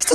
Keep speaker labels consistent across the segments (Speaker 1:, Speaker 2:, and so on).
Speaker 1: Esto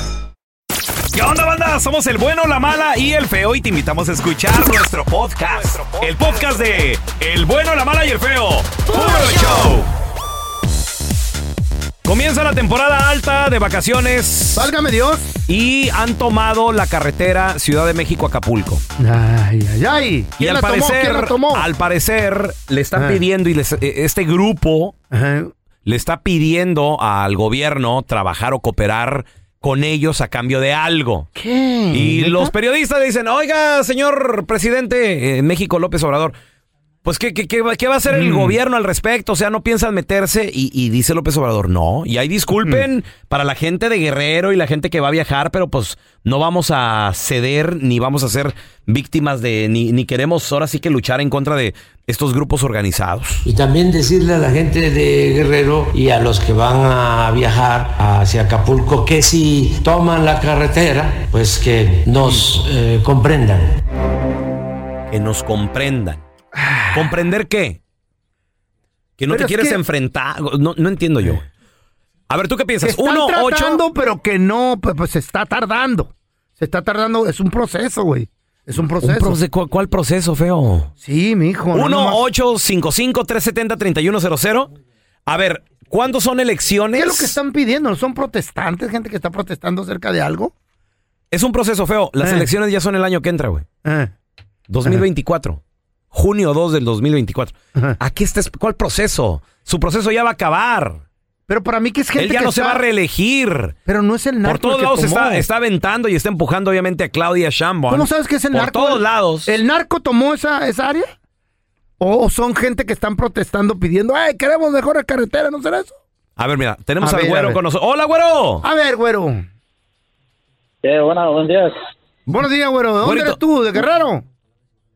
Speaker 2: ¿Qué onda, banda? Somos el bueno, la mala y el feo y te invitamos a escuchar nuestro podcast. El podcast de El bueno, la mala y el feo. ¡Puro show! Comienza la temporada alta de vacaciones. ¡Sálgame Dios! Y han tomado la carretera Ciudad de México-Acapulco.
Speaker 3: Ay, ay, ay.
Speaker 2: Y
Speaker 3: ¿Quién
Speaker 2: al
Speaker 3: la tomó?
Speaker 2: parecer,
Speaker 3: ¿Quién la tomó?
Speaker 2: al parecer, le están
Speaker 3: Ah.
Speaker 2: pidiendo y les- eh, este grupo
Speaker 3: Ajá.
Speaker 2: le está pidiendo al gobierno trabajar o cooperar con ellos a cambio de algo.
Speaker 3: ¿Qué?
Speaker 2: Y
Speaker 3: ¿Neta?
Speaker 2: los periodistas dicen, oiga, señor presidente, eh, México López Obrador, pues ¿qué, qué, qué va- qué va a hacer
Speaker 3: Mm.
Speaker 2: el gobierno al respecto? O sea, no piensan meterse. Y, y dice López Obrador, no. Y ahí disculpen
Speaker 3: Mm.
Speaker 2: para la gente de Guerrero y la gente que va a viajar, pero pues no vamos a ceder ni vamos a ser víctimas de, ni, ni queremos ahora sí que luchar en contra de estos grupos organizados.
Speaker 4: Y también decirle a la gente de Guerrero y a los que van a viajar hacia Acapulco que si toman la carretera, pues que nos eh, comprendan.
Speaker 2: Que nos comprendan. ¿Comprender qué? Que no
Speaker 3: Pero
Speaker 2: te
Speaker 3: es
Speaker 2: quieres
Speaker 3: que-
Speaker 2: enfrentar. No, no entiendo yo. A ver, ¿tú qué
Speaker 3: Se
Speaker 2: piensas?
Speaker 3: están
Speaker 2: Uno, ocho.
Speaker 3: tratando, pero que no, pues, pues, se está tardando. Se está tardando, es un proceso, güey. Es un
Speaker 2: Un
Speaker 3: proceso.
Speaker 2: proce- ¿cu- ¿Cuál proceso, feo?
Speaker 3: Sí, mi hijo.
Speaker 2: 1-855-370-3100. A ver, ¿cuándo son
Speaker 3: ¿Qué
Speaker 2: elecciones?
Speaker 3: es lo que están pidiendo? ¿No son protestantes, gente que está protestando acerca de algo?
Speaker 2: Es un proceso, feo. Las
Speaker 3: Eh.
Speaker 2: elecciones ya son el año que entra, güey.
Speaker 3: Eh,
Speaker 2: 2024. Junio 2 del 2024.
Speaker 3: Ajá.
Speaker 2: Aquí está. ¿Cuál proceso? Su proceso ya va a acabar.
Speaker 3: Pero para mí que es gente
Speaker 2: Él ya
Speaker 3: que
Speaker 2: no se
Speaker 3: está-
Speaker 2: va a reelegir.
Speaker 3: Pero no es el narco
Speaker 2: Por
Speaker 3: el
Speaker 2: todos
Speaker 3: que
Speaker 2: lados
Speaker 3: tomó.
Speaker 2: está, está aventando y está empujando, obviamente, a Claudia Shambon.
Speaker 3: ¿Cómo sabes que es el
Speaker 2: Por
Speaker 3: narco?
Speaker 2: todos
Speaker 3: El-
Speaker 2: lados.
Speaker 3: ¿El narco tomó esa, esa área? ¿O son gente que están protestando pidiendo, ay, queremos mejores carreteras, ¿no será eso?
Speaker 2: A ver, mira, tenemos
Speaker 3: A
Speaker 2: al
Speaker 3: ver, a
Speaker 2: güero
Speaker 3: ver.
Speaker 2: con nosotros. ¡Hola, güero!
Speaker 3: A ver, güero.
Speaker 5: Eh, bueno, buenos días.
Speaker 3: Buenos días, güero. ¿De dónde
Speaker 2: Güerito.
Speaker 3: eres tú? ¿De Guerrero?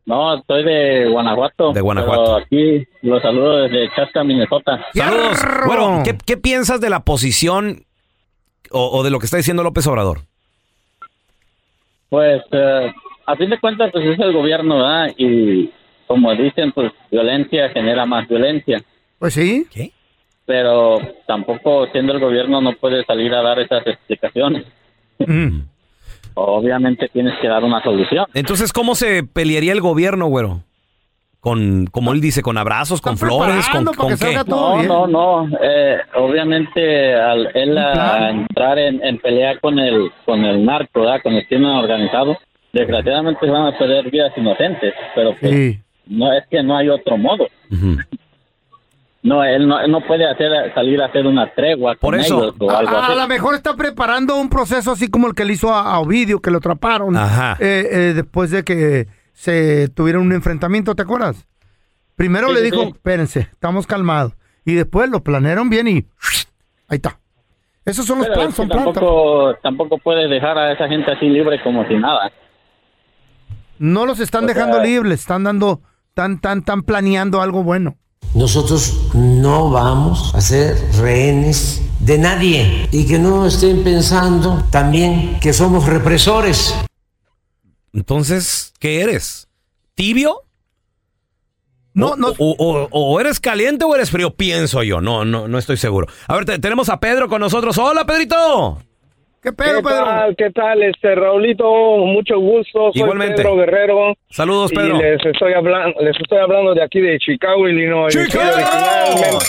Speaker 5: No, estoy de Guanajuato.
Speaker 2: De Guanajuato.
Speaker 5: pero aquí los saludo desde Chasca, Minnesota.
Speaker 2: Saludos.
Speaker 3: ¡Fierro!
Speaker 2: Güero, ¿qué, qué piensas de la posición o, o de lo que está diciendo López Obrador?
Speaker 5: Pues, eh, a fin de cuentas, pues es el gobierno, ¿verdad? Y como dicen, pues violencia genera más violencia.
Speaker 3: Pues sí.
Speaker 2: ¿Qué?
Speaker 5: Pero tampoco siendo el gobierno no puede salir a dar esas explicaciones.
Speaker 3: Mm.
Speaker 5: Obviamente tienes que dar una solución.
Speaker 2: Entonces, ¿cómo se pelearía el gobierno, güero? Con, como él dice, con abrazos, con
Speaker 3: Están
Speaker 2: flores, con,
Speaker 3: preparando para
Speaker 2: con
Speaker 3: que
Speaker 2: qué.
Speaker 3: salga todo
Speaker 5: No,
Speaker 3: bien.
Speaker 5: no, no. eh, obviamente al él a
Speaker 3: Claro.
Speaker 5: entrar en, en pelea con el con el narco, ¿verdad? con el crimen organizado, desgraciadamente van a perder vidas inocentes. Pero pues,
Speaker 3: Sí.
Speaker 5: no es que no hay otro modo.
Speaker 2: Ujú.
Speaker 5: No, él no, él no puede hacer salir a hacer una tregua
Speaker 2: Por
Speaker 5: con
Speaker 2: eso,
Speaker 5: ellos o
Speaker 3: A,
Speaker 5: algo
Speaker 3: a- a
Speaker 5: así.
Speaker 3: lo mejor está preparando un proceso así como el que le hizo a, a Ovidio, que lo atraparon
Speaker 2: Ajá.
Speaker 3: eh, eh, después de que se tuvieron un enfrentamiento, ¿te acuerdas? Primero
Speaker 5: Sí,
Speaker 3: le
Speaker 5: sí,
Speaker 3: dijo,
Speaker 5: sí.
Speaker 3: espérense, estamos calmados. Y después lo planearon bien y ahí está. Esos son los
Speaker 5: Pero
Speaker 3: planes,
Speaker 5: es que
Speaker 3: son plantas.
Speaker 5: tampoco, tampoco puede dejar a esa gente así libre como si nada.
Speaker 3: No los están
Speaker 5: sea-
Speaker 3: dejando libres, están dando, tan, tan, tan planeando algo bueno.
Speaker 4: Nosotros no vamos a ser rehenes de nadie y que no estén pensando también que somos represores.
Speaker 2: Entonces, ¿qué eres? ¿Tibio?
Speaker 3: No,
Speaker 2: o,
Speaker 3: no,
Speaker 2: o- o- o eres caliente o eres frío, pienso yo. No, no, no estoy seguro. A ver, te- tenemos a Pedro con nosotros. ¡Hola, Pedrito!
Speaker 3: ¿qué pedo,
Speaker 6: ¿Qué
Speaker 3: Pedro?
Speaker 6: tal? ¿Qué tal? Este Raulito, mucho gusto. Soy
Speaker 2: Igualmente.
Speaker 6: Pedro Guerrero.
Speaker 2: Saludos, Pedro.
Speaker 6: Y les estoy hablando, les estoy hablando de aquí de Chicago, Illinois. Soy
Speaker 2: ¡Chicago!
Speaker 6: originalmente-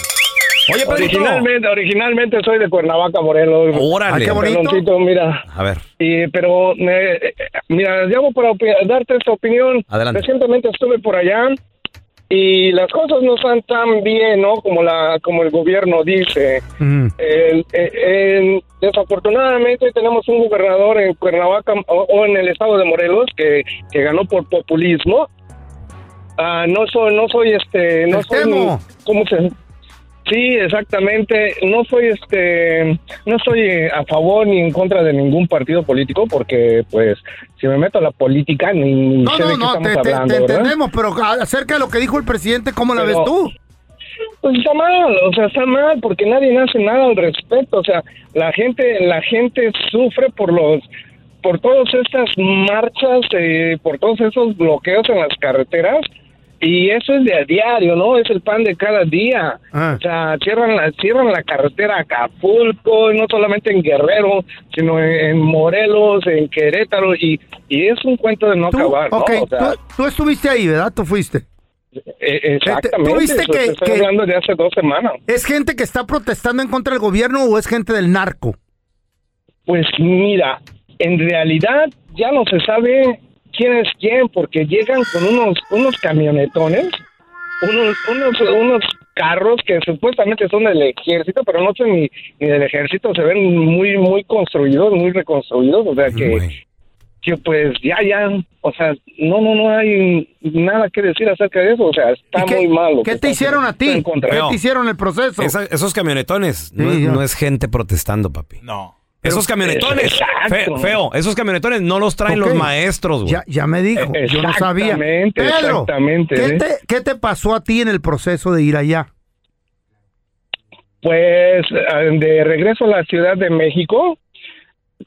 Speaker 2: Oye, Pedrito.
Speaker 6: Originalmente, originalmente soy de Cuernavaca, Morelos.
Speaker 2: Órale. Ah, qué bonito.
Speaker 6: Peloncito, mira.
Speaker 2: A ver.
Speaker 6: Y, pero, me- mira, llamo para opi- darte esta opinión.
Speaker 2: Adelante.
Speaker 6: Recientemente estuve por allá y las cosas no están tan bien, ¿no? Como, la, como el gobierno dice.
Speaker 3: Mm.
Speaker 6: El- eh, en- desafortunadamente tenemos un gobernador en Cuernavaca o, o en el estado de Morelos que, que ganó por populismo. Ah, no soy, no soy este, no soy,
Speaker 3: Extremo.
Speaker 6: ¿cómo se? Sí, exactamente. No soy este, no estoy eh, a favor ni en contra de ningún partido político porque, pues, si me meto a la política ni
Speaker 3: No,
Speaker 6: sé de
Speaker 3: no,
Speaker 6: qué
Speaker 3: no,
Speaker 6: estamos
Speaker 3: te, te- te
Speaker 6: hablando, ¿verdad?
Speaker 3: entendemos, pero a- acerca de lo que dijo el presidente, ¿cómo la
Speaker 6: Pero-
Speaker 3: ves tú?
Speaker 6: Pues está mal, o sea, está mal porque nadie hace nada al respecto, o sea, la gente, la gente sufre por los, por todas estas marchas, eh, por todos esos bloqueos en las carreteras y eso es de a diario, ¿no? Es el pan de cada día.
Speaker 3: Ah.
Speaker 6: O sea, cierran la, cierran la carretera a Acapulco, y no solamente en Guerrero, sino en, en Morelos, en Querétaro y, y es un cuento de no
Speaker 3: Tú,
Speaker 6: acabar, ¿no?
Speaker 3: ok,
Speaker 6: O sea,
Speaker 3: tú, tú estuviste ahí, ¿verdad? Tú fuiste.
Speaker 6: eh, exactamente.
Speaker 3: ¿tú viste
Speaker 6: eso
Speaker 3: que-
Speaker 6: te estoy
Speaker 3: que-
Speaker 6: hablando de hace dos semanas.
Speaker 3: ¿Es gente que está protestando en contra del gobierno o es gente del narco?
Speaker 6: Pues mira, en realidad ya no se sabe quién es quién, porque llegan con unos, unos camionetones, unos, unos, unos carros que supuestamente son del ejército, pero no son ni, ni del ejército, se ven muy, muy construidos, muy reconstruidos, o sea que,
Speaker 2: Güey.
Speaker 6: que pues ya, ya, o sea, no, no, no hay nada que decir acerca de eso, o sea, está
Speaker 3: ¿Y qué-
Speaker 6: muy malo.
Speaker 3: ¿Qué te hicieron a ti? ¿Qué
Speaker 2: Feo.
Speaker 3: te hicieron el proceso?
Speaker 2: Esa- esos camionetones no,
Speaker 3: Sí,
Speaker 2: es-
Speaker 3: ya.
Speaker 2: no es gente protestando, papi.
Speaker 7: No.
Speaker 2: Esos camionetones,
Speaker 6: Exacto.
Speaker 2: fe- feo, esos camionetones no los traen
Speaker 3: Ok.
Speaker 2: los maestros, güey.
Speaker 3: Ya, ya me dijo, yo no sabía.
Speaker 6: Exactamente,
Speaker 3: Pedro,
Speaker 6: exactamente,
Speaker 3: ¿qué,
Speaker 6: ¿eh?
Speaker 3: te, qué te pasó a ti en el proceso de ir allá?
Speaker 6: Pues eh, de regreso a la Ciudad de México,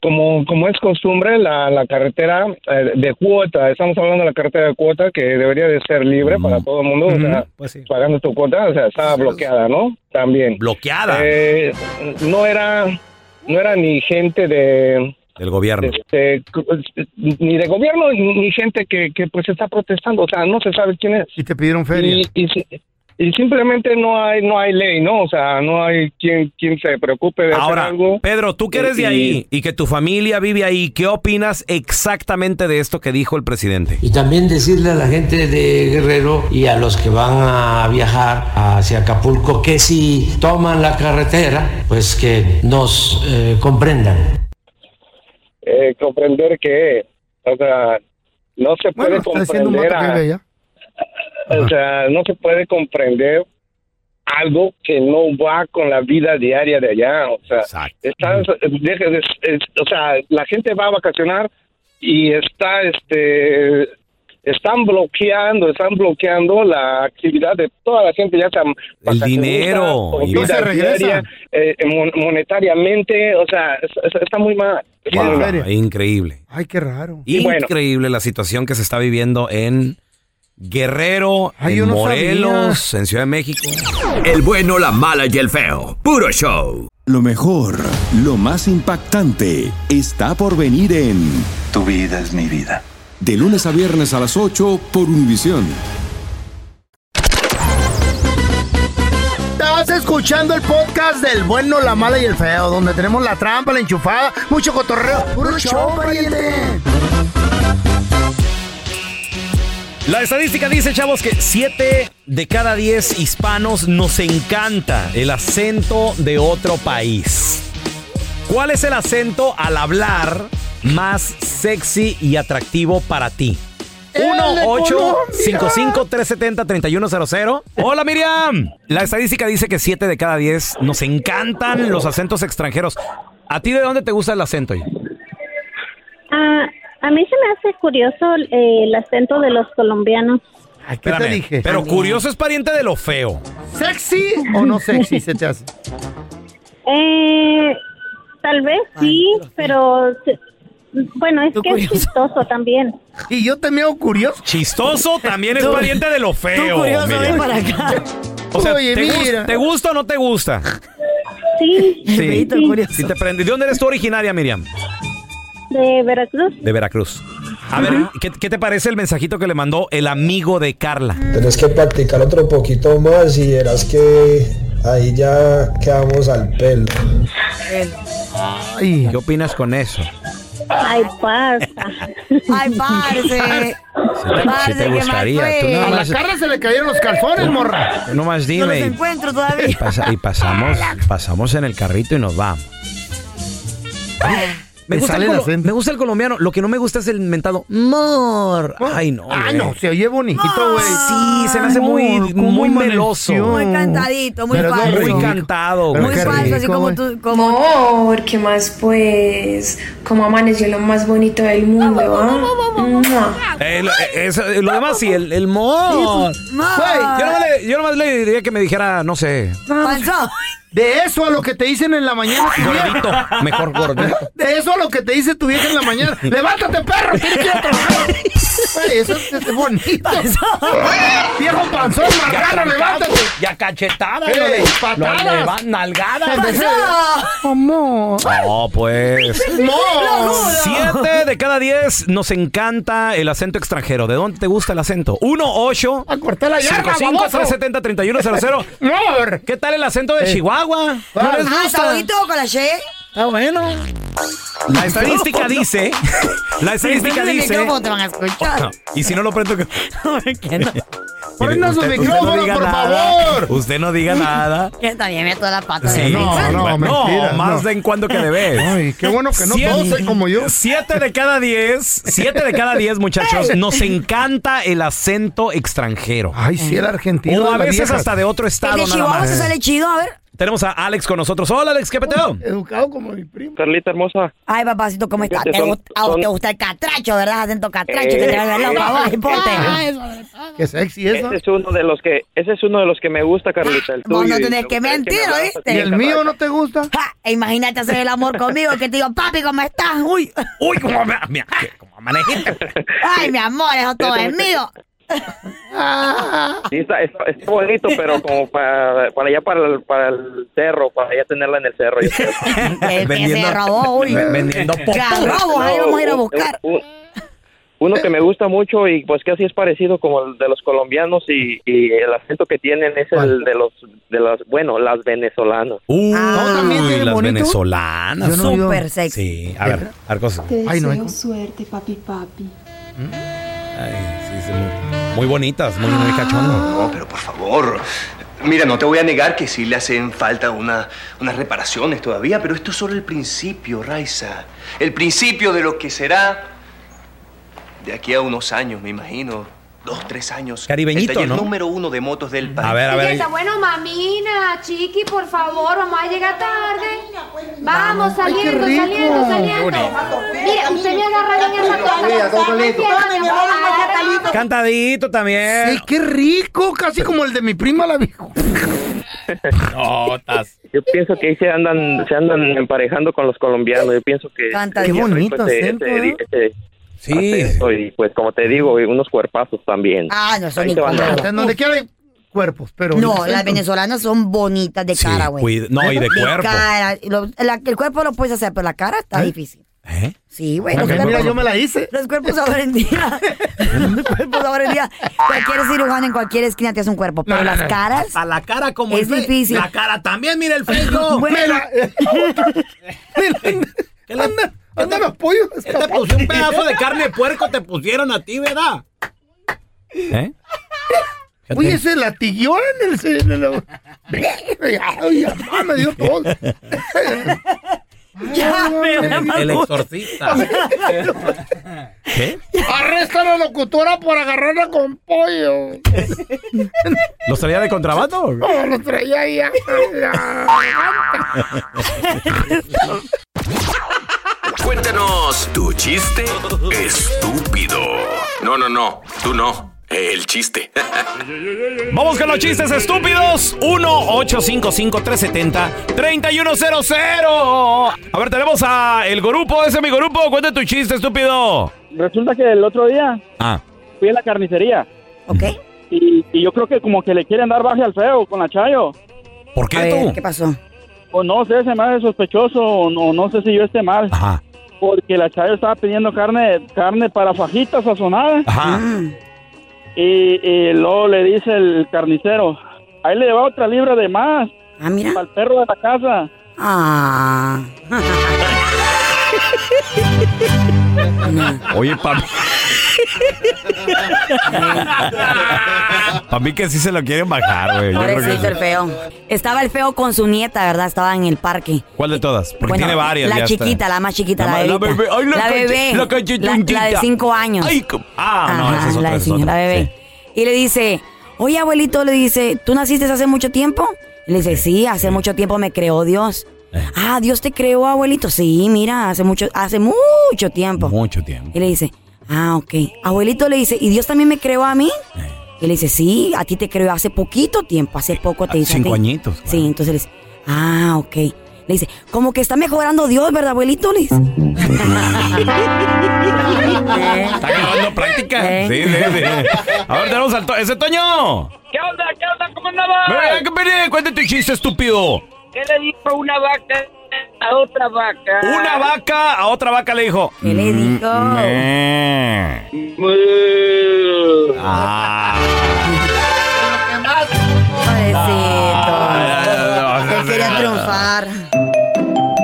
Speaker 6: como, como es costumbre, la, la carretera eh, de cuota, estamos hablando de la carretera de cuota que debería de ser libre para todo el mundo, o sea,
Speaker 2: Pues sí.
Speaker 6: pagando tu cuota, o sea, estaba bloqueada, ¿no? También.
Speaker 2: Bloqueada
Speaker 6: Eh, no era no era ni gente de,
Speaker 2: del gobierno.
Speaker 6: de- de- ni de gobierno ni ni gente que, que pues está protestando, o sea, no se sabe quién es
Speaker 3: Y te pidieron feria.
Speaker 6: y, y si- y simplemente no hay no hay ley, ¿no? O sea, no hay quien quien se preocupe de
Speaker 2: Ahora,
Speaker 6: hacer algo.
Speaker 2: Pedro, tú que eres de
Speaker 6: Y-
Speaker 2: ahí y que tu familia vive ahí, ¿qué opinas exactamente de esto que dijo el presidente?
Speaker 4: Y también decirle a la gente de Guerrero y a los que van a viajar hacia Acapulco que si toman la carretera, pues que nos eh, comprendan.
Speaker 6: eh, comprender que, o sea, no se puede
Speaker 3: Bueno, está diciendo un
Speaker 6: comprender,
Speaker 3: vato que
Speaker 6: a-
Speaker 3: vive allá.
Speaker 6: o sea, no se puede comprender algo que no va con la vida diaria de allá, o sea,
Speaker 2: Exacto.
Speaker 6: estás, deja eh, de- es- o sea, la gente va a vacacionar y está, este, están bloqueando, están bloqueando la actividad de toda la gente, ya sea vacacionista
Speaker 2: dinero,
Speaker 6: o
Speaker 2: y
Speaker 6: vida
Speaker 3: se regresa.
Speaker 6: diaria, eh, mon- monetariamente, o sea, es- es- está muy mal.
Speaker 3: ¿Qué
Speaker 6: Está muy mal.
Speaker 3: feria?
Speaker 2: Ah, Increíble.
Speaker 3: Ay, qué raro.
Speaker 6: Y bueno.
Speaker 2: Increíble la situación que se está viviendo en Guerrero,
Speaker 3: Ay, yo
Speaker 2: en
Speaker 3: no
Speaker 2: Morelos, en Ciudad de México.
Speaker 7: El bueno, la mala y el feo. Puro show.
Speaker 8: Lo mejor, lo más impactante, está por venir en
Speaker 9: Tu vida es mi vida.
Speaker 8: De lunes a viernes a las 8 por Univisión.
Speaker 3: Estás escuchando el podcast del bueno, la mala y el feo, donde tenemos la trampa, la enchufada, mucho cotorreo. ¡Puro show, pariente!
Speaker 2: La estadística dice, chavos, que 7 de cada 10 hispanos nos encanta el acento de otro país. ¿Cuál es el acento al hablar más sexy y atractivo para ti?
Speaker 3: ¡El de
Speaker 2: 1-855-370-3100. Hola Miriam. La estadística dice que 7 de cada 10 nos encantan los acentos extranjeros. ¿A ti de dónde te gusta el acento? oye?
Speaker 10: Ah, a mí se me hace curioso eh, el acento de los colombianos.
Speaker 3: Ay, ¿Qué te
Speaker 2: Espérame,
Speaker 3: dije? Ah,
Speaker 2: Pero curioso es pariente de lo feo.
Speaker 3: ¿Sexy o no sexy se te hace?
Speaker 10: Eh, tal vez sí, pero se- bueno, es que es chistoso también.
Speaker 3: Y yo te meo curioso.
Speaker 2: Chistoso también es pariente de lo feo. Miriam.
Speaker 11: acá.
Speaker 2: O sea,
Speaker 3: Oye,
Speaker 2: te, gus-
Speaker 3: mira.
Speaker 2: ¿te gusta o no te gusta?
Speaker 10: Sí,
Speaker 2: Sí.
Speaker 11: Feíto, curioso.
Speaker 2: Sí te prende. ¿De dónde eres tú originaria, Miriam?
Speaker 10: de Veracruz.
Speaker 2: De Veracruz. A ver, ¿qué, qué te parece el mensajito que le mandó el amigo de Carla?
Speaker 6: Tenés que practicar otro poquito más y verás que
Speaker 11: Eh, ahí ya quedamos al pelo.
Speaker 2: ¿Qué opinas con eso?
Speaker 10: Ay, parza.
Speaker 12: Ay, parce.
Speaker 2: Si te gustaría. Tú
Speaker 3: A
Speaker 2: nada
Speaker 3: la
Speaker 2: más,
Speaker 3: Carla se le cayeron los calzones, morra.
Speaker 2: tú nomás dime.
Speaker 3: los
Speaker 2: y-
Speaker 3: encuentro todavía.
Speaker 2: Y, pasa- y pasamos, pasamos en el carrito y nos vamos. Me
Speaker 3: Me
Speaker 2: gusta,
Speaker 3: sale
Speaker 2: el
Speaker 3: el
Speaker 2: colo- me gusta el colombiano. Lo que no me gusta es el mentado mor. Ay, no.
Speaker 3: Ah,
Speaker 2: güey.
Speaker 3: no, se oye bonito, güey.
Speaker 2: Sí, se me hace muy, muy meloso.
Speaker 12: Muy cantadito, muy
Speaker 2: Pero qué
Speaker 12: falso.
Speaker 2: rico. Muy cantado,
Speaker 12: Muy
Speaker 2: güey. Pero qué
Speaker 12: falso, así
Speaker 2: rico,
Speaker 12: como
Speaker 2: güey.
Speaker 12: tú.
Speaker 13: Como amor, ¿qué más pues? Como amaneció lo más bonito del mundo, ¿ah? Mua.
Speaker 2: Eh, lo, eh, eso, eh, lo demás sí, el, el mor.
Speaker 12: Sí, pues, mor.
Speaker 2: Güey, yo, nomás le, yo nomás le diría que me dijera, no sé,
Speaker 12: Falso.
Speaker 3: De eso a lo que te dicen en la mañana. tu vieja.
Speaker 2: gordito. Mejor gordito.
Speaker 3: De eso a lo que te dice tu vieja en la mañana. ¡Levántate, perro! ¡Tienes que ir a trabajar! Güey, eso es, es bonito. ¡Viejo panzón, marrano, levántate!
Speaker 2: Ya cachetada,
Speaker 3: Eh,
Speaker 2: lo de-
Speaker 3: patadas.
Speaker 2: lo leva- nalgada.
Speaker 3: ¿Cómo?
Speaker 2: No, pues.
Speaker 3: No. Lo juro.
Speaker 2: Siete de cada diez nos encanta el acento extranjero. ¿De dónde te gusta el acento? 1 8
Speaker 3: A cortar la yarda,
Speaker 2: 55
Speaker 3: baboso.
Speaker 2: 370 3100 ¿Qué tal el acento de
Speaker 3: Eh.
Speaker 2: Chihuahua? ¿No
Speaker 3: Ah,
Speaker 2: les
Speaker 12: Ah, está
Speaker 2: gusta?
Speaker 12: bonito con la Che.
Speaker 3: Está bueno.
Speaker 2: La estadística dice. La estadística
Speaker 12: Prende el
Speaker 2: dice.
Speaker 12: micrófono, te van a escuchar.
Speaker 2: No, y si no lo prendo.
Speaker 3: Prenda su
Speaker 2: Usted- usted
Speaker 3: micrófono,
Speaker 2: diga
Speaker 3: por
Speaker 2: nada.
Speaker 3: favor.
Speaker 2: Usted no diga nada.
Speaker 12: Que también me toda la pata.
Speaker 2: Sí,
Speaker 3: No, no,
Speaker 2: bueno,
Speaker 3: mentira,
Speaker 2: más
Speaker 3: no.
Speaker 2: de en cuando que debes.
Speaker 3: Ay, qué bueno que no
Speaker 2: Siete-
Speaker 3: todos sean como yo.
Speaker 2: Siete de cada diez, siete de cada diez, muchachos, nos encanta el acento extranjero.
Speaker 3: Ay, sí, el argentino.
Speaker 2: Eh. O a
Speaker 3: las
Speaker 2: veces
Speaker 3: viejas.
Speaker 2: hasta de otro
Speaker 12: El
Speaker 2: estado,
Speaker 12: de
Speaker 2: nada
Speaker 12: Chihuahua se
Speaker 2: más.
Speaker 12: sale chido, a ver.
Speaker 2: Tenemos a Alex con nosotros. Hola, Alex, ¿qué peteo?
Speaker 3: Educado como mi primo.
Speaker 14: Carlita hermosa.
Speaker 12: Ay, papacito, ¿cómo está?
Speaker 14: Fíjate,
Speaker 12: ¿Te,
Speaker 14: son-
Speaker 12: gusta, a vos
Speaker 14: son-
Speaker 12: te gusta el catracho, verdad? Acento catracho,
Speaker 14: Eh,
Speaker 12: que te va a dar
Speaker 14: eh,
Speaker 12: la abajo y
Speaker 2: Ah,
Speaker 12: ponte.
Speaker 3: Qué sexy eso.
Speaker 14: Ese
Speaker 2: Este
Speaker 14: es uno de los que, ese es uno de los que me gusta, Carlita. El
Speaker 12: Vos
Speaker 14: tuyo,
Speaker 12: no
Speaker 14: y
Speaker 12: tenés
Speaker 14: me
Speaker 12: que
Speaker 14: gustaría
Speaker 12: mentir,
Speaker 14: me hablaras
Speaker 12: ¿oíste?
Speaker 14: así,
Speaker 12: ¿Y el
Speaker 14: Carlita.
Speaker 3: mío no te gusta?
Speaker 12: Ja, e imagínate hacer el amor conmigo, que te digo, papi, ¿cómo estás? Uy,
Speaker 2: Uy, cómo me, mira, qué- cómo amaneciste.
Speaker 12: ay, mi amor, eso todo es mío.
Speaker 14: Sí, está, está- está bonito, pero como para, para allá, para el, para el cerro, para allá tenerla en el cerro. yo creo.
Speaker 12: El que se
Speaker 2: Vendiendo-
Speaker 12: robó, uy.
Speaker 2: ve- vendiendo pop.
Speaker 12: Garrobos, ahí
Speaker 14: No,
Speaker 12: vamos a ir a
Speaker 3: Oh,
Speaker 14: un-
Speaker 12: buscar.
Speaker 14: un- uno que me gusta mucho y pues que así es parecido como el de los colombianos y, y el acento que tienen es el de los, de las, bueno, las venezolanas.
Speaker 2: Uy,
Speaker 3: también tiene
Speaker 2: las
Speaker 3: bonito.
Speaker 2: venezolanas.
Speaker 3: Yo no he oído.
Speaker 12: Súper sexy.
Speaker 2: Sí, a ver, Arcos.
Speaker 13: Te
Speaker 3: Ay, no,
Speaker 13: deseo
Speaker 3: hijo.
Speaker 13: suerte, papi, papi.
Speaker 2: Ay, sí, sí, muy, muy bonitas, muy, muy cachondo.
Speaker 9: No, pero por favor. Mira, no te voy a negar que sí le hacen falta una- unas reparaciones todavía, pero esto es solo el principio, Raiza. El principio de lo que será de aquí a unos años, me imagino. Dos, tres años.
Speaker 2: Caribeñito,
Speaker 9: el taller
Speaker 2: ¿no?
Speaker 9: número uno de motos del país.
Speaker 2: A ver, a ver.
Speaker 13: bueno, mamina, chiqui, por favor, mamá llega tarde. Vamos,
Speaker 3: Ay, qué saliendo, rico. saliendo, saliendo.
Speaker 13: Mire, usted me agarra bien esa
Speaker 2: Cantadito también.
Speaker 3: Ey, qué rico, casi como el de mi prima la vieja.
Speaker 2: No, estás-
Speaker 14: Yo pienso que ahí se andan, se andan emparejando con los colombianos. Yo pienso que.
Speaker 12: Canta
Speaker 3: Qué
Speaker 14: que traen,
Speaker 3: bonito
Speaker 14: pues,
Speaker 3: acento,
Speaker 14: ese-
Speaker 3: ¿eh?
Speaker 14: ese
Speaker 2: Sí.
Speaker 14: acento y pues como te digo, y unos cuerpazos también.
Speaker 12: Ah, no, son
Speaker 14: Ahí te van
Speaker 3: O
Speaker 12: incómodos.
Speaker 3: sea, en donde quiera hay cuerpos, pero.
Speaker 12: No, las venezolanas son bonitas de
Speaker 2: Sí,
Speaker 12: cara, güey.
Speaker 2: cuida- no, y de cuerpo.
Speaker 12: cara, y lo- la- el cuerpo lo puedes hacer, pero la cara está difícil.
Speaker 2: ¿Eh?
Speaker 12: Sí, güey.
Speaker 3: Porque
Speaker 12: Los
Speaker 3: mira,
Speaker 12: cuerpos,
Speaker 3: yo me la hice.
Speaker 12: los cuerpos ahora en día. los cuerpos ahora en día. Cualquier cirujano en cualquier esquina te hace un cuerpo. Pero
Speaker 3: No, no,
Speaker 12: las
Speaker 3: no.
Speaker 12: caras.
Speaker 2: A la cara como
Speaker 12: Es
Speaker 2: el fe-
Speaker 12: difícil.
Speaker 2: La cara también, mira el feo.
Speaker 3: Mira. Mira, anda, anda los pollos.
Speaker 2: Te puse un pedazo de carne de puerco, te pusieron a ti, ¿verdad? ¿Eh?
Speaker 3: Uy, ese latiguió en el. ce- en el- Ay, mamá, me dio todo.
Speaker 12: Ya, me da más gusto.
Speaker 2: exorcista. ¿Qué?
Speaker 3: Arrestan a la locutora por agarrarla con pollo.
Speaker 2: ¿Los traía de contrabando?
Speaker 3: No, lo traía ahí.
Speaker 8: Cuéntanos tu chiste estúpido. No, no, no. Tú no. El chiste.
Speaker 2: Vamos con los chistes estúpidos. 1-855-370-3100. A ver, tenemos a el grupo. Ese es mi grupo. Cuenta tu chiste, estúpido.
Speaker 15: Resulta que el otro día
Speaker 2: Ah.
Speaker 15: fui a la carnicería
Speaker 12: ¿Ok?
Speaker 15: y, y yo creo que como que le quieren dar baje al feo con la chayo.
Speaker 2: ¿Por
Speaker 12: A
Speaker 2: qué
Speaker 12: ver,
Speaker 2: tú?
Speaker 12: ¿qué pasó?
Speaker 15: O no sé, se me hace sospechoso o no, no sé si yo esté mal.
Speaker 2: Ajá.
Speaker 15: Porque la chayo estaba pidiendo carne carne para fajitas sazonadas
Speaker 12: Ah.
Speaker 2: Ajá.
Speaker 15: y, y luego le dice el carnicero, ahí le va otra libra de más.
Speaker 12: Ah, mira.
Speaker 16: Para el perro de la casa.
Speaker 12: Ah.
Speaker 7: Oye, para pa mí que sí se lo quieren bajar, güey. Yo creo que
Speaker 12: Pobrecito
Speaker 7: sí.
Speaker 12: el feo. Estaba el feo con su nieta, ¿verdad? Estaba en el parque.
Speaker 7: ¿Cuál de todas? Porque
Speaker 12: Bueno,
Speaker 7: tiene varias.
Speaker 12: La
Speaker 7: ya está.
Speaker 12: chiquita, la más chiquita,
Speaker 7: La
Speaker 12: la,
Speaker 7: ma- la
Speaker 12: bebita.
Speaker 7: bebé. Ay, la cache-
Speaker 12: bebé.
Speaker 7: la cachetuntita.
Speaker 12: La- la de cinco años.
Speaker 7: Ay, com- Ah, no,
Speaker 12: Ajá,
Speaker 7: esa es otra.
Speaker 12: la,
Speaker 7: esa es
Speaker 12: señora
Speaker 7: otra.
Speaker 12: bebé. Y le dice, oye abuelito, le dice, ¿tú naciste hace mucho tiempo? Y le dice, sí, hace mucho tiempo me creó Dios.
Speaker 7: Eh,
Speaker 12: Ah, Dios te creó, abuelito. Sí, mira, hace mucho, hace mucho tiempo.
Speaker 7: Mucho tiempo.
Speaker 12: Y le dice, ah, ok. Abuelito le dice, ¿y Dios también me creó a mí?
Speaker 7: Eh,
Speaker 12: Y le dice, sí, a ti te creó hace poquito tiempo, hace poco te hizo. a
Speaker 7: cinco
Speaker 12: ti".
Speaker 7: añitos,
Speaker 12: Sí, entonces le dice, ah, ok. Le dice, como que está mejorando Dios, ¿verdad, abuelito? Le dice.
Speaker 7: Está grabando
Speaker 12: Eh.
Speaker 7: práctica. Sí, sí, sí. A ver, tenemos al to ¡Ese Toño!
Speaker 15: ¿Qué onda? ¿Qué onda? ¿Cómo andaba?
Speaker 7: Ven, ven, ven, cuéntate tu chiste, estúpido.
Speaker 15: ¿Qué le dijo una vaca a otra vaca?
Speaker 7: Una vaca a otra vaca le dijo. "Mm, ¿Qué le dijo? Ah. Ah,
Speaker 12: Él quería triunfar.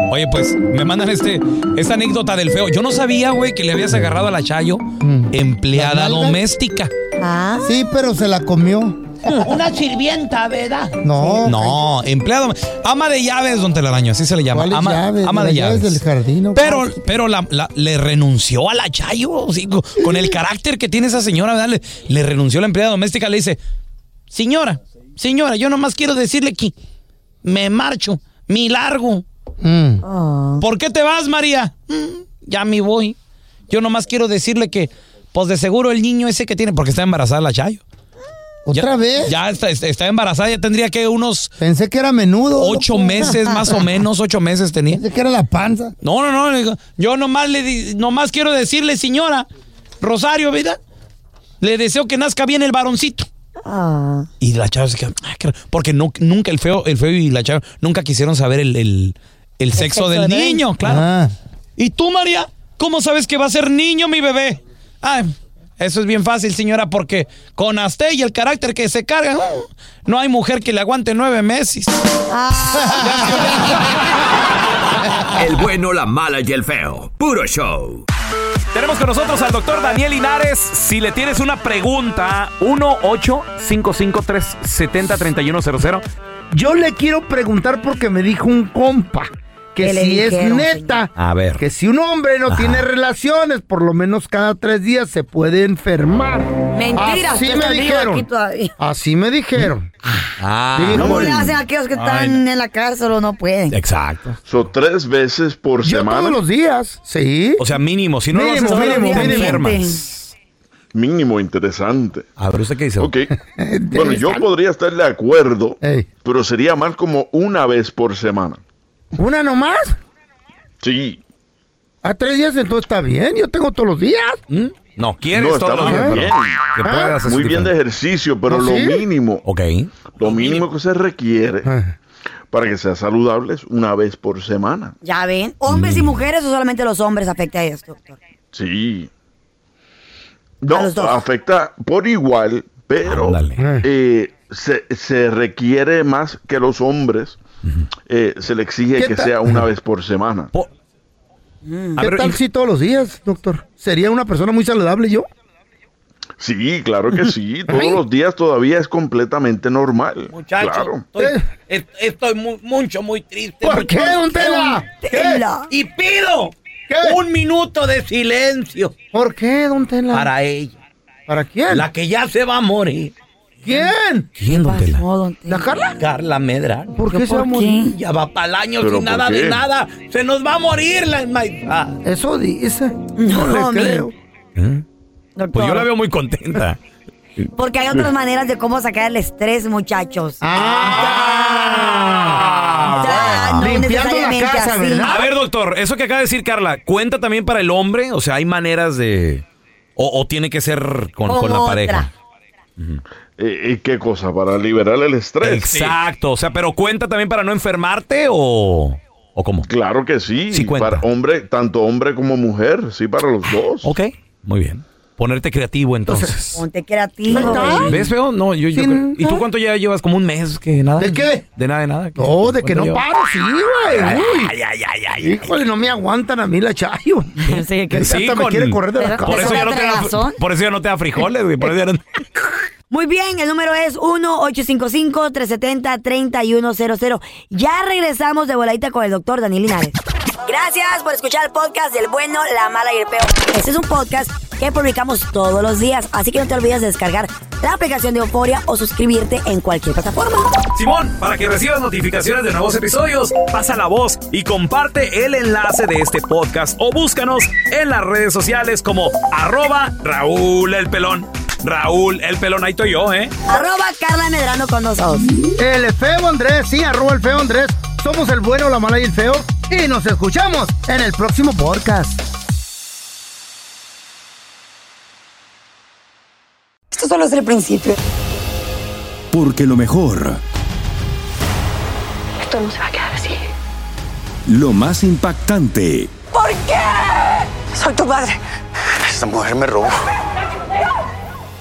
Speaker 2: Oye, pues me mandan este, esta anécdota del feo. Yo no sabía, güey, que le habías agarrado a la Chayo
Speaker 4: Mm.
Speaker 2: empleada
Speaker 17: ¿Las nalgas?
Speaker 2: doméstica.
Speaker 17: Sí, pero se la comió.
Speaker 4: Una sirvienta, ¿verdad?
Speaker 17: No.
Speaker 2: No, empleada. Ama de llaves, don Telaraño, así se le llama.
Speaker 17: ¿Cuáles
Speaker 2: Ama,
Speaker 17: llaves?
Speaker 2: ama
Speaker 17: Las
Speaker 2: de llaves.
Speaker 17: del jardín. ¿o qué?
Speaker 2: Pero, pero la- la- le renunció a la Chayo, sí, co- con el carácter que tiene esa señora, ¿verdad? Le, le renunció a la empleada doméstica, le dice, señora, señora, yo nomás quiero decirle que me marcho, mi largo.
Speaker 17: Mm.
Speaker 2: ¿Por qué te vas, María? "Mm, ya me voy. Yo nomás quiero decirle que, pues de seguro el niño ese que tiene, porque está embarazada la Chayo. ¿Otra vez? Ya está, está- está embarazada, ya tendría que unos... Pensé que era menudo. Ocho meses, más o menos, ocho meses tenía. Pensé que era la panza. No, no, no, le digo, yo nomás, le, di- nomás quiero decirle, señora, Rosario, ¿verdad? Le deseo que nazca bien el varoncito. Y la chava se queda, "Ah, qué raro", porque no, nunca el feo, el feo y la chava nunca quisieron saber el, el- el
Speaker 4: sexo
Speaker 2: sexo, del
Speaker 4: de él.
Speaker 2: niño, claro. ¿Y tú, María? ¿Cómo sabes que va a ser niño mi bebé? Ay, eso es bien fácil, señora, porque con Asté y el carácter que se carga, uh, no hay mujer que le aguante nueve meses.
Speaker 8: El bueno, la mala y el feo. Puro show.
Speaker 7: Tenemos con nosotros al doctor Daniel Linares. Si le tienes una pregunta, 1 70 3100
Speaker 3: Yo le quiero preguntar porque me dijo un compa que
Speaker 7: ¿Qué le
Speaker 3: oh, si es
Speaker 7: dijeron,
Speaker 3: neta,
Speaker 7: A ver.
Speaker 3: que si un hombre no
Speaker 7: Ajá.
Speaker 3: tiene relaciones, por lo menos cada tres días se puede enfermar.
Speaker 12: Mentira,
Speaker 3: Así
Speaker 12: tú
Speaker 3: me
Speaker 12: estás vivo aquí
Speaker 3: dijeron.
Speaker 12: todavía.
Speaker 3: Así me
Speaker 18: ¿Mm?
Speaker 3: dijeron.
Speaker 7: Ah,
Speaker 12: ¿Cómo
Speaker 3: Dijo el-
Speaker 12: le hacen a aquellos que están en la cárcel o no pueden?
Speaker 7: Exacto.
Speaker 18: So, tres veces por semana.
Speaker 3: todos los días, sí.
Speaker 7: O sea, mínimo. Si
Speaker 18: no lo
Speaker 3: Mínimo,
Speaker 18: haces todos los
Speaker 3: mínimo,
Speaker 18: días, te
Speaker 3: mínimo.
Speaker 18: enfermas. Mínimo, interesante.
Speaker 7: A ver, ¿usted qué dice?
Speaker 18: Ok. bueno, yo podría estar de acuerdo, pero sería más como una vez por semana.
Speaker 3: ¿Una nomás?
Speaker 18: Sí.
Speaker 3: A tres días entonces está bien, yo tengo todos los días.
Speaker 7: No, ¿quieres
Speaker 18: no,
Speaker 7: todos los
Speaker 18: muy
Speaker 7: días,
Speaker 18: bien.
Speaker 7: pero que puedas hacer
Speaker 18: Muy bien
Speaker 7: diferente.
Speaker 18: de ejercicio, pero
Speaker 7: ¿Ah,
Speaker 18: lo
Speaker 7: sí?
Speaker 18: mínimo. Lo mínimo que se requiere
Speaker 3: Ah.
Speaker 18: para que sea saludable es una vez por semana.
Speaker 12: Ya ven, hombres
Speaker 3: Mm.
Speaker 12: y mujeres o solamente los hombres afecta a esto.
Speaker 18: Sí. No, ah, afecta por igual, pero eh, se, se requiere más que los hombres. eh, se le exige
Speaker 3: ¿Qué
Speaker 18: que
Speaker 3: ta-
Speaker 18: sea una vez por
Speaker 2: Ah.
Speaker 18: semana.
Speaker 3: ¿Qué tal si todos los días, doctor? ¿Sería una persona muy saludable yo?
Speaker 18: Sí, claro que sí. Todos los días todavía es completamente normal. Claro.
Speaker 3: estoy,
Speaker 2: mucho, muy triste.
Speaker 3: Eh. ¿Por qué, don Tela? Tela.
Speaker 2: Y pido un minuto de silencio.
Speaker 3: ¿Por qué, don Tela?
Speaker 2: Para ella.
Speaker 3: ¿Para quién?
Speaker 2: La que ya se va a morir.
Speaker 3: ¿Quién?
Speaker 7: ¿Quién, don Tela?
Speaker 3: ¿La Carla?
Speaker 2: Carla Medrano.
Speaker 3: ¿Por qué se va a morir?
Speaker 2: Ya va para el año
Speaker 3: ¿Pero
Speaker 2: sin nada
Speaker 3: por
Speaker 2: de
Speaker 3: qué?
Speaker 2: nada. Se nos va a morir la enmaizada.
Speaker 3: Eso dice. No,
Speaker 12: No,
Speaker 3: le
Speaker 12: mi-
Speaker 3: creo.
Speaker 7: Pues yo la veo muy contenta.
Speaker 12: Porque hay otras maneras de cómo sacar el estrés, muchachos. O sea, no necesariamente así.
Speaker 7: Ah, A ver, doctor, eso que acaba de decir Carla, ¿cuenta también para el hombre? O sea, ¿hay maneras de... o, o tiene que ser con, con la pareja?
Speaker 18: Eh, eh, ¿Qué cosa? Para liberar el estrés.
Speaker 7: Exacto, o sea, pero ¿cuenta también para no enfermarte o, o cómo?
Speaker 18: Claro que sí. para hombre, tanto hombre como mujer, sí, para los dos.
Speaker 7: Ok, muy bien.
Speaker 2: Ponerte creativo entonces.
Speaker 3: Pues,
Speaker 12: Ponte creativo.
Speaker 2: ¿Ves, feo? Pues, No, yo, yo creo- ¿Y tú cuánto ya llevas? ¿Como un mes? que nada? ¿De qué? De nada, de nada.
Speaker 3: No, de que no paro, sí, güey.
Speaker 2: Ay,
Speaker 3: Uy.
Speaker 2: ay, ay, ay, ay.
Speaker 3: Híjole, no me aguantan a mí la chayo. Sí,
Speaker 2: Que sí,
Speaker 3: me
Speaker 2: con-
Speaker 3: quiere correr de la casa.
Speaker 2: por eso, ya no te da,
Speaker 12: tragazón.
Speaker 2: por eso ya no te da frijoles, güey. Por eso ya no-
Speaker 12: Muy bien, el número es 1-855-370-3100. Ya regresamos de voladita con el doctor Daniel Linares. Gracias por escuchar el podcast del bueno, la mala y el peo. Este es un podcast que publicamos todos los días, así que no te olvides de descargar la aplicación de Euforia o suscribirte en cualquier plataforma.
Speaker 2: Simón, para que recibas notificaciones de nuevos episodios, pasa la voz y comparte el enlace de este podcast o búscanos en las redes sociales como arroba Raúl el Pelón. Raúl el Pelón, ahí estoy yo, ¿eh?
Speaker 12: Arroba Carla Medrano con nosotros.
Speaker 3: El feo Andrés, sí, arroba el feo Andrés. Somos el bueno, la mala y el feo. Y nos escuchamos en el próximo podcast.
Speaker 1: Esto solo es el principio.
Speaker 8: Porque lo mejor,
Speaker 1: Esto no se va a quedar así.
Speaker 8: lo más impactante,
Speaker 1: ¿Por qué? Soy tu madre.
Speaker 8: Esta mujer me robó.